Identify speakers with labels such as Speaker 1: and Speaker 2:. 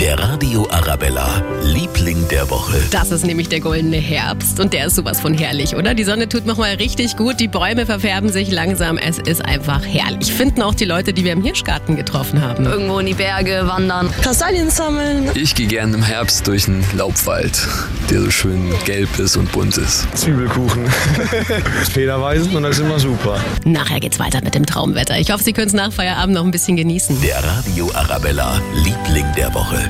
Speaker 1: Der Radio Arabella, Liebling der Woche.
Speaker 2: Das ist nämlich der goldene Herbst und der ist sowas von herrlich, oder? Die Sonne tut nochmal richtig gut, die Bäume verfärben sich langsam, es ist einfach herrlich. Finden auch die Leute, die wir im Hirschgarten getroffen haben.
Speaker 3: irgendwo in die Berge wandern.
Speaker 4: Kastanien sammeln.
Speaker 5: Ich gehe gerne im Herbst durch einen Laubwald, der so schön gelb ist und bunt ist.
Speaker 6: Zwiebelkuchen. Federweisen und das ist immer super.
Speaker 2: Nachher geht's weiter mit dem Traumwetter. Ich hoffe, Sie können es nach Feierabend noch ein bisschen genießen.
Speaker 1: Der Radio Arabella, Liebling der Woche.